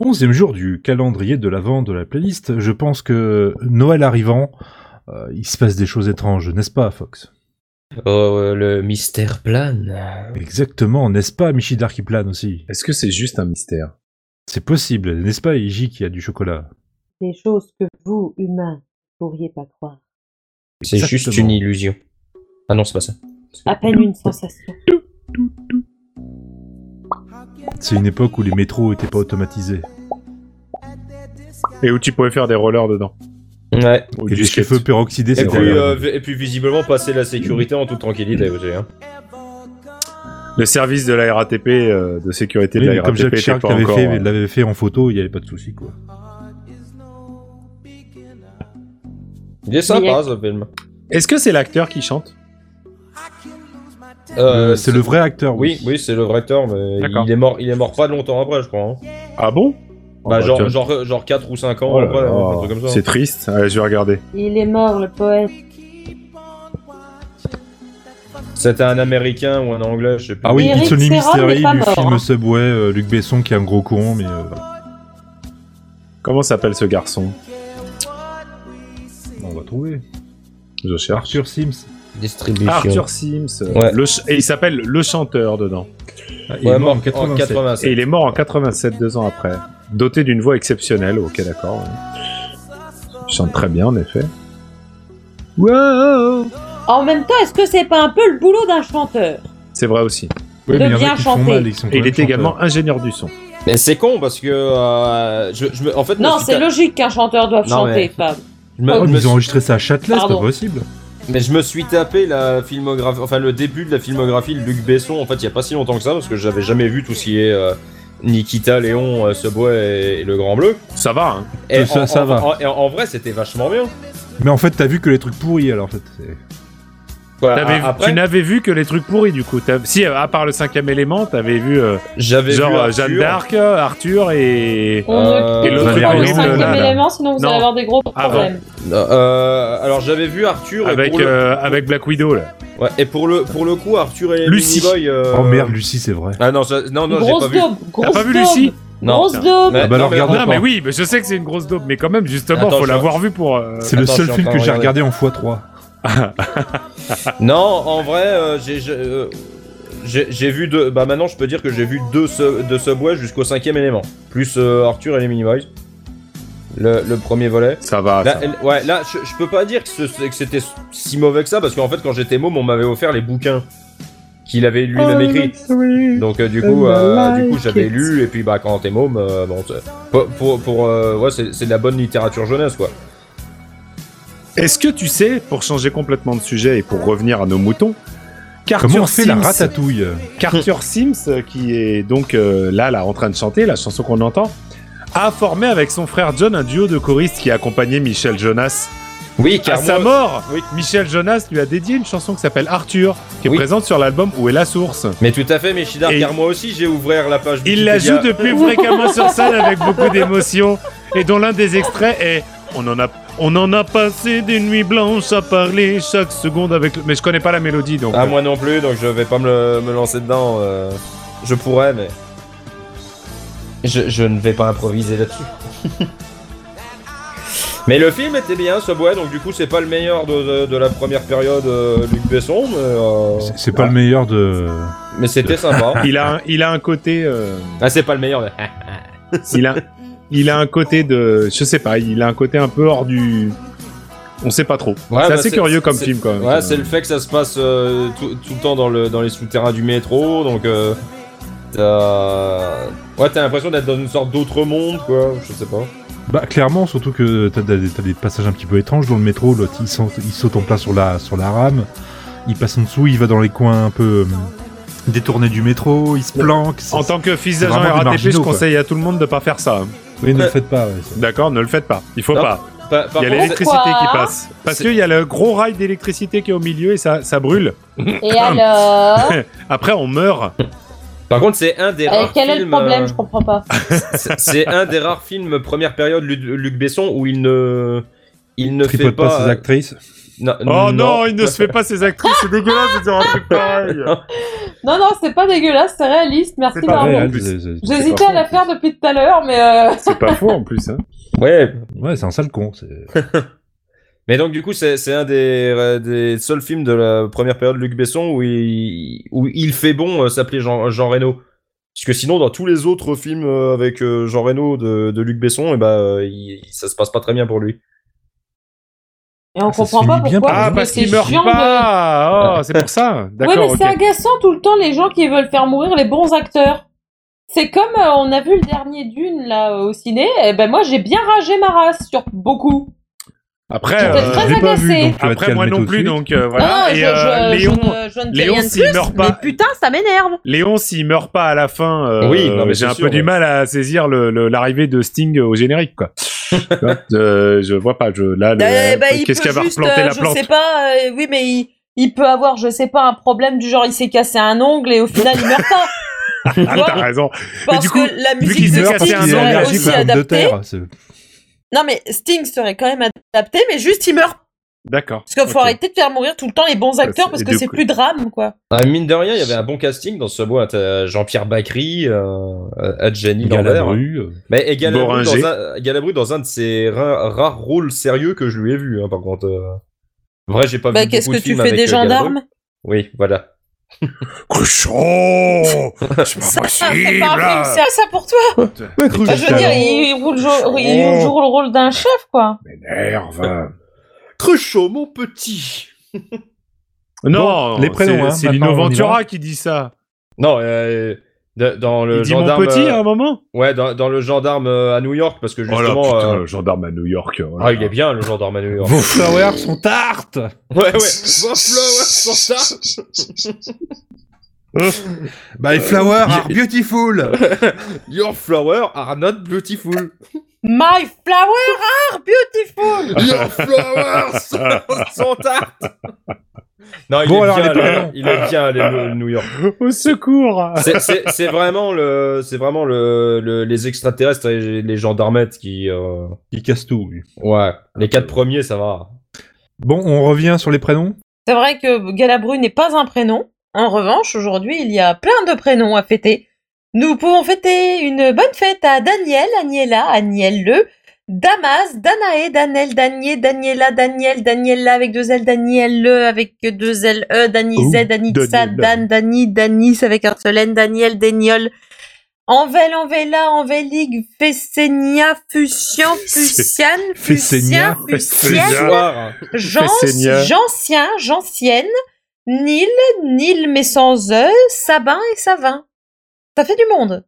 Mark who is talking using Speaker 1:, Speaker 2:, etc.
Speaker 1: Onzième jour du calendrier de l'avant de la playlist, je pense que Noël arrivant, euh, il se passe des choses étranges, n'est-ce pas, Fox
Speaker 2: Oh, euh, le mystère plane.
Speaker 1: Exactement, n'est-ce pas, Michidar qui plane aussi
Speaker 3: Est-ce que c'est juste un mystère
Speaker 1: C'est possible, n'est-ce pas, Iji qui a du chocolat
Speaker 4: Des choses que vous, humains, pourriez pas croire.
Speaker 2: C'est juste
Speaker 1: Exactement.
Speaker 2: une illusion. Ah non, c'est pas ça.
Speaker 4: À peine une sensation.
Speaker 1: C'est une époque où les métros étaient pas automatisés.
Speaker 3: Et où tu pouvais faire des rollers dedans.
Speaker 2: Ouais.
Speaker 3: Ou
Speaker 1: Et
Speaker 3: du
Speaker 1: les
Speaker 3: skate.
Speaker 1: cheveux peroxydés,
Speaker 2: Et
Speaker 1: c'était...
Speaker 2: puis, euh, vi- et puis visiblement passer la sécurité en toute tranquillité aussi. Hein.
Speaker 3: Le service de la RATP, euh, de sécurité
Speaker 1: Oui,
Speaker 3: de
Speaker 1: mais
Speaker 3: la
Speaker 1: comme
Speaker 3: RATP,
Speaker 1: Jacques
Speaker 3: était
Speaker 1: Chirac
Speaker 3: pas
Speaker 1: l'avait
Speaker 3: encore,
Speaker 1: fait,
Speaker 3: euh,
Speaker 1: l'avait fait en photo, il n'y avait pas de souci, quoi.
Speaker 2: Il est sympa ce film.
Speaker 3: Est-ce que c'est l'acteur qui chante
Speaker 2: Euh,
Speaker 1: Euh, c'est le vrai acteur,
Speaker 2: Oui, oui, c'est le vrai Thor, mais
Speaker 3: D'accord.
Speaker 2: il est mort, il est mort pas longtemps après, je crois. hein.
Speaker 3: Ah bon
Speaker 2: bah,
Speaker 3: Ah, tu
Speaker 2: genre,
Speaker 3: vois.
Speaker 2: genre, genre 4 ou 5 ans
Speaker 3: Oh là
Speaker 2: après,
Speaker 3: là,
Speaker 2: hein, un truc comme ça.
Speaker 3: C'est triste. Allez, je vais regarder.
Speaker 4: Il est mort, le poète.
Speaker 2: C'était un américain ou un anglais, je sais plus.
Speaker 1: Ah oui,
Speaker 4: Eric
Speaker 1: It's Only
Speaker 4: Serra n'est
Speaker 1: Mystery,
Speaker 4: pas
Speaker 1: du
Speaker 4: mort,
Speaker 1: film
Speaker 4: hein.
Speaker 1: Subway, euh, Luc Besson qui est un gros con, mais... euh, voilà.
Speaker 3: Comment s'appelle ce garçon
Speaker 1: on va trouver.
Speaker 3: Je cherche.
Speaker 1: Arthur Sims.
Speaker 2: Distribution.
Speaker 3: Arthur Sims. euh,
Speaker 2: Ouais.
Speaker 3: le ch- et il s'appelle Le Chanteur dedans.
Speaker 1: Ah, il
Speaker 2: Ouais,
Speaker 1: est mort en
Speaker 2: mort
Speaker 1: 87.
Speaker 3: Et il est mort en 87, deux ans après. Doté d'une voix exceptionnelle. Ok, d'accord. ouais. Il chante très bien, en effet. Wow
Speaker 4: En même temps, est-ce que c'est pas un peu le boulot d'un chanteur
Speaker 3: C'est vrai aussi.
Speaker 1: Ouais, mais il y
Speaker 4: De
Speaker 1: en a
Speaker 4: bien
Speaker 1: qui le font
Speaker 4: chanter.
Speaker 1: mal, ils sont quand
Speaker 3: Et il
Speaker 1: même
Speaker 3: était
Speaker 1: chanteurs.
Speaker 3: également ingénieur du son.
Speaker 2: Mais c'est con parce que. euh, je, je me- en fait, je me
Speaker 4: Non,
Speaker 2: suis
Speaker 4: c'est
Speaker 2: ta-
Speaker 4: logique qu'un chanteur doive
Speaker 2: Non, mais-
Speaker 4: chanter, Fab.
Speaker 2: je me-
Speaker 1: Ah,
Speaker 2: je
Speaker 1: mais
Speaker 2: me
Speaker 1: ils ont
Speaker 2: suis-
Speaker 1: enregistré ça à Châtelet, c'est pas
Speaker 4: Pardon.
Speaker 1: possible.
Speaker 2: Mais je me suis tapé la filmographie, enfin le début de la filmographie de Luc Besson, en fait, il y a pas si longtemps que ça, parce que j'avais jamais vu tout ce qui est euh, Nikita, Léon, euh, Subway et, et Le Grand Bleu.
Speaker 3: Ça va, hein
Speaker 2: Et
Speaker 1: Ça-
Speaker 2: en,
Speaker 1: ça
Speaker 2: en-
Speaker 1: va.
Speaker 2: en- et en vrai, c'était vachement bien.
Speaker 1: Mais en fait, t'as vu que les trucs pourris, alors en fait. c'est-
Speaker 2: Quoi,
Speaker 3: T'avais-
Speaker 2: a- après,
Speaker 3: tu n'avais vu que les trucs pourris du coup. T'as- Si, à part le cinquième élément, t'avais vu euh,
Speaker 2: j'avais
Speaker 3: genre
Speaker 2: vu
Speaker 3: euh,
Speaker 2: Arthur.
Speaker 3: Jeanne d'Arc, euh, Arthur et.
Speaker 4: On
Speaker 2: Euh,
Speaker 4: ne
Speaker 3: et
Speaker 4: quitte
Speaker 3: l'autre
Speaker 4: pas le
Speaker 1: horrible,
Speaker 4: cinquième
Speaker 1: là, là.
Speaker 4: élément, sinon vous
Speaker 3: Non.
Speaker 4: allez avoir des gros
Speaker 2: Ah
Speaker 3: Avant.
Speaker 4: problèmes.
Speaker 2: Euh, alors j'avais vu Arthur et
Speaker 3: Avec,
Speaker 2: pour le-
Speaker 3: euh, avec Black Widow là.
Speaker 2: ouais, et pour le pour le coup Arthur et
Speaker 3: Lucie.
Speaker 2: Mini Boy. euh,
Speaker 1: Oh merde, Lucie, c'est vrai.
Speaker 2: Ah non, ça- non non, j'ai
Speaker 4: grosse
Speaker 2: pas vu.
Speaker 4: daube, grosse
Speaker 3: pas vu
Speaker 4: daube,
Speaker 3: Lucie
Speaker 2: Non.
Speaker 4: grosse daube.
Speaker 2: Mais-
Speaker 1: Ah bah alors,
Speaker 2: mais-
Speaker 1: regarde
Speaker 3: Non
Speaker 1: Attends.
Speaker 3: mais oui, mais je sais que c'est une grosse daube, mais quand même justement,
Speaker 2: Attends,
Speaker 3: faut
Speaker 2: je-
Speaker 3: l'avoir vu pour. euh,
Speaker 1: C'est le
Speaker 2: Attends,
Speaker 1: seul
Speaker 2: je suis en
Speaker 1: film
Speaker 2: train
Speaker 1: que
Speaker 2: de
Speaker 1: j'ai
Speaker 2: regarder.
Speaker 1: regardé en x3.
Speaker 2: Non, en vrai, euh, j'ai j'ai- euh, j'ai- j'ai vu deux. Bah maintenant, je peux dire que j'ai vu deux, sub- deux Subway jusqu'au cinquième élément, plus euh, Arthur et les Mini Boys. Le, le premier volet.
Speaker 3: Ça va.
Speaker 2: Là,
Speaker 3: Ah, ça.
Speaker 2: elle- ouais, là, je, je peux pas dire que, ce- que c'était si mauvais que ça, parce qu'en fait, quand j'étais môme, on m'avait offert les bouquins qu'il avait lui-même écrits. Donc euh, du coup, euh, du coup, j'avais lu et puis bah quand t'es môme, euh, bon, c'est- pour, pour, pour, euh, ouais, c'est c'est de la bonne littérature jeunesse quoi.
Speaker 3: Est-ce que tu sais, pour changer complètement de sujet et pour revenir à nos moutons,
Speaker 1: Comment on
Speaker 3: qu'Arthur
Speaker 1: fait la
Speaker 3: Sims,
Speaker 1: ratatouille
Speaker 3: qu'Arthur Sims, euh, qui est donc euh, là, là en train de chanter la chanson qu'on entend, a formé avec son frère John un duo de choristes qui accompagnait Michel Jonas
Speaker 2: Oui,
Speaker 3: À
Speaker 2: car
Speaker 3: sa
Speaker 2: moi-
Speaker 3: mort,
Speaker 2: oui.
Speaker 3: Michel Jonas lui a dédié une chanson qui s'appelle Arthur, qui est
Speaker 2: Oui.
Speaker 3: présente sur l'album Où est la source.
Speaker 2: Mais tout à fait, mais Shidar,
Speaker 3: Et-
Speaker 2: car moi aussi j'ai ouvert la page.
Speaker 3: Il la
Speaker 2: Wikipédia.
Speaker 3: joue depuis fréquemment sur scène avec beaucoup d'émotion, et dont l'un des extraits est On en a. On en a passé des nuits blanches à parler chaque seconde avec. le- Mais je connais pas la mélodie donc. euh,
Speaker 2: Ah moi non plus, donc je vais pas me, le- me lancer dedans. euh, Je pourrais, mais je, je ne vais pas improviser là-dessus. mais le film était bien, Subway, donc du coup c'est pas le meilleur de, de- de la première période euh, Luc Besson, mais, euh,
Speaker 1: C'est- C'est pas le meilleur de.
Speaker 2: mais c'était sympa.
Speaker 3: Il a un, il a un côté. euh,
Speaker 2: ah c'est pas le meilleur, mais
Speaker 3: il a. Il a un côté de. Je sais pas, il a un côté un peu hors du. On sait pas trop.
Speaker 2: Ouais, bah,
Speaker 3: c'est assez
Speaker 2: c'est-
Speaker 3: curieux comme
Speaker 2: c'est-
Speaker 3: film quand même.
Speaker 2: Ouais, c'est le fait que ça se passe euh, tout, tout le temps dans, le, dans les souterrains du métro, donc euh, t'as ouais, t'as l'impression d'être dans une sorte d'autre monde, quoi, je sais pas.
Speaker 1: Bah, clairement, surtout que t'as des, t'as des passages un petit peu étranges dans le métro. L'autre, il, saute- il saute en plein sur la, sur la rame. Il passe en dessous, il va dans les coins un peu euh, détournés du métro. Il se planque.
Speaker 3: En tant que fils
Speaker 1: c'est
Speaker 3: d'agent
Speaker 1: vraiment des
Speaker 3: RATP, je
Speaker 1: marginaux, quoi.
Speaker 3: conseille à tout le monde de pas faire ça. hein.
Speaker 1: Oui, ne le faites pas. ouais, ça.
Speaker 3: D'accord, ne le faites pas. Il faut
Speaker 2: Non.
Speaker 3: pas.
Speaker 2: Par- par
Speaker 3: Il y a
Speaker 2: contre,
Speaker 3: l'électricité
Speaker 4: Pourquoi
Speaker 3: qui passe. Parce
Speaker 2: C'est-
Speaker 3: qu'il y a le gros rail d'électricité qui est au milieu et ça, ça brûle.
Speaker 4: Et alors
Speaker 3: Après, on meurt.
Speaker 2: c'est- par contre, c'est un des
Speaker 4: Euh,
Speaker 2: rares
Speaker 4: Quel est le
Speaker 2: films,
Speaker 4: problème
Speaker 2: euh,
Speaker 4: Je comprends pas.
Speaker 2: c'est- c'est un des rares films première période Lu- Luc Besson où il ne il ne fait
Speaker 1: Tripote pas,
Speaker 2: pas, euh,
Speaker 1: ses actrices.
Speaker 3: Oh non, il ne se fait pas ses actrices, c'est dégueulasse de dire un truc pareil.
Speaker 5: Non, non, c'est pas dégueulasse, c'est réaliste. Merci,
Speaker 3: C'est pas
Speaker 5: Margot.
Speaker 3: réel.
Speaker 1: Ouais,
Speaker 3: plus.
Speaker 1: c'est- c'est-
Speaker 5: J'hésitais à la faire depuis tout à l'heure, mais euh,
Speaker 3: C'est pas faux en plus. Hein.
Speaker 2: Ouais,
Speaker 1: ouais, c'est un sale con. c'est-
Speaker 2: Mais donc du coup, c'est c'est un des, euh, des seuls films de la première période de Luc Besson où il, où il fait bon euh, s'appeler Jean, Jean Reno. Parce que sinon, dans tous les autres films euh, avec euh, Jean Reno de, de Luc Besson, et ben euh, il- ça se passe pas très bien pour lui.
Speaker 5: et on
Speaker 1: Ah, ça se
Speaker 5: comprend pas
Speaker 1: finit bien
Speaker 5: pourquoi.
Speaker 1: par-
Speaker 3: Ah,
Speaker 5: mais
Speaker 3: parce
Speaker 5: c'est
Speaker 3: qu'il meurt
Speaker 5: chiant de-
Speaker 3: pas Oh, c'est pour ça
Speaker 5: Ouais, mais
Speaker 3: D'accord,
Speaker 5: c'est
Speaker 3: ok.
Speaker 5: agaçant tout le temps les gens qui veulent faire mourir les bons acteurs. C'est comme euh, on a vu le dernier Dune là euh, au ciné, et ben moi j'ai bien ragé ma race sur beaucoup.
Speaker 3: Après,
Speaker 5: J'étais
Speaker 3: euh,
Speaker 5: très
Speaker 1: je l'ai pas vu,
Speaker 5: agacée.
Speaker 1: donc tu vas te
Speaker 3: après moi
Speaker 1: calmer tout
Speaker 3: non
Speaker 1: de
Speaker 3: plus,
Speaker 1: suite.
Speaker 3: donc euh,
Speaker 5: Ah,
Speaker 3: voilà.
Speaker 5: je,
Speaker 3: Et euh,
Speaker 5: je- je
Speaker 3: Léon,
Speaker 5: ne- je ne dis
Speaker 3: Léon,
Speaker 5: rien de
Speaker 3: s'il
Speaker 5: plus,
Speaker 3: meurt pas- Euh,
Speaker 5: mais putain ça m'énerve.
Speaker 3: Léon, s'il meurt pas à la fin, euh,
Speaker 2: Oui, non, mais
Speaker 3: j'ai
Speaker 2: c'est
Speaker 3: un
Speaker 2: sûr,
Speaker 3: peu du
Speaker 2: ouais.
Speaker 3: mal à saisir le- le- l'arrivée de Sting au générique, quoi. Tu vois, euh, je vois pas. Je, là, le- euh,
Speaker 5: Eh ben, il
Speaker 3: qu'est-ce
Speaker 5: peut
Speaker 3: qu'elle va
Speaker 5: juste,
Speaker 3: replanter
Speaker 5: euh,
Speaker 3: la
Speaker 5: je
Speaker 3: plante
Speaker 5: sais pas, euh, oui, mais il, il peut avoir, je sais pas, un problème du genre il s'est cassé un ongle et au final il meurt pas. tu
Speaker 3: Ah,
Speaker 5: vois,
Speaker 3: t'as raison.
Speaker 5: parce
Speaker 3: du coup,
Speaker 5: que la
Speaker 3: vu
Speaker 5: musique
Speaker 3: qu'il
Speaker 5: de
Speaker 3: meurt parce
Speaker 5: Sting
Speaker 3: qu'il est
Speaker 5: serait
Speaker 3: allergique
Speaker 5: aussi
Speaker 1: aux pommes de
Speaker 5: adaptée.
Speaker 1: terre, c'est-
Speaker 5: Non, mais Sting serait quand même adapté, mais juste il meurt.
Speaker 3: D'accord.
Speaker 5: Parce qu'il faut
Speaker 3: Ok.
Speaker 5: arrêter de faire mourir tout le temps les bons acteurs
Speaker 3: c'est-
Speaker 5: parce
Speaker 3: et
Speaker 5: que
Speaker 3: du
Speaker 5: c'est
Speaker 3: coup-
Speaker 5: plus drame, quoi.
Speaker 2: Ah, mine de rien, il y avait un bon casting dans ce bois. T'as Jean-Pierre Bacry, euh, Adjani Lambert. hein.
Speaker 1: Galabru, euh,
Speaker 2: Mais et Galabru,
Speaker 3: Boringer.
Speaker 2: dans un, Galabru dans un de ses ra- rares rôles sérieux que je lui ai vu, hein, par contre. euh. En vrai, j'ai pas
Speaker 5: Bah,
Speaker 2: vu
Speaker 5: qu'est-ce
Speaker 2: beaucoup
Speaker 5: que
Speaker 2: de
Speaker 5: tu
Speaker 2: films
Speaker 5: fais
Speaker 2: avec,
Speaker 5: des
Speaker 2: euh, Galabru.
Speaker 5: gendarmes
Speaker 2: Oui, voilà.
Speaker 3: Cochon C'est pas
Speaker 5: Ah, C'est
Speaker 3: possible
Speaker 5: pas un film,
Speaker 3: là.
Speaker 5: c'est ça pour toi. Bah, je veux dire, il, il roule, jo- il joue toujours le rôle d'un chef, quoi.
Speaker 3: M'énerve.
Speaker 2: Cruchot, mon petit.
Speaker 3: Non,
Speaker 1: les prénoms,
Speaker 3: c'est-
Speaker 1: hein,
Speaker 3: c'est
Speaker 1: maintenant,
Speaker 3: Lino
Speaker 1: on y
Speaker 3: Ventura qui dit ça.
Speaker 2: Non, euh, de- dans le
Speaker 3: Il dit mon
Speaker 2: gendarme.
Speaker 3: petit hein. Oh
Speaker 2: euh,
Speaker 3: à un moment.
Speaker 2: Ouais, dans, dans le gendarme euh, à New York, parce que justement. euh,
Speaker 3: le gendarme à New York.
Speaker 2: Ah, il est bien le gendarme à New York.
Speaker 1: Vos flowers sont tartes
Speaker 2: ouais, ouais. Vos flowers sont ça.
Speaker 3: Bah,
Speaker 1: My flowers are beautiful
Speaker 2: Your flowers are not beautiful.
Speaker 5: My flower are beautiful.
Speaker 2: Your flowers sont- sont tartes. Non, il
Speaker 1: Bon,
Speaker 2: est
Speaker 1: alors,
Speaker 2: bien,
Speaker 1: les
Speaker 2: le-
Speaker 1: prénoms.
Speaker 2: il est bien le, le New York.
Speaker 3: Au secours
Speaker 2: C'est- C'est c'est vraiment le, c'est vraiment le, le- les extraterrestres, et les gendarmettes qui, euh,
Speaker 1: Il casse tout, lui.
Speaker 2: ouais, les quatre premiers, ça va.
Speaker 1: Bon, on revient sur les prénoms
Speaker 5: C'est vrai que Galabru n'est pas un prénom. En revanche, aujourd'hui, il y a plein de prénoms à fêter. Nous pouvons fêter une bonne fête à Daniel, Agnella, Agnelle le, Damas, Danae, Danel, Danier, Daniela, Daniel, Daniela avec deux L, Daniel le avec deux L, E, Dani
Speaker 3: Oh,
Speaker 5: Z, Danitza,
Speaker 3: Daniel.
Speaker 5: Dan, Dani, Danis avec un seul N, Daniel, Daniol. Envel, Envela, Envelig, Fessenia, Fusian, Fusian,
Speaker 1: Fessenia,
Speaker 5: Fusian, Fusian,
Speaker 3: Fessenia.
Speaker 2: Soir. hein.
Speaker 5: Jean,
Speaker 3: Fessenia.
Speaker 5: Jancien, Jancienne, Nil, Nil mais sans E, Sabin et Savin. Ça fait du monde.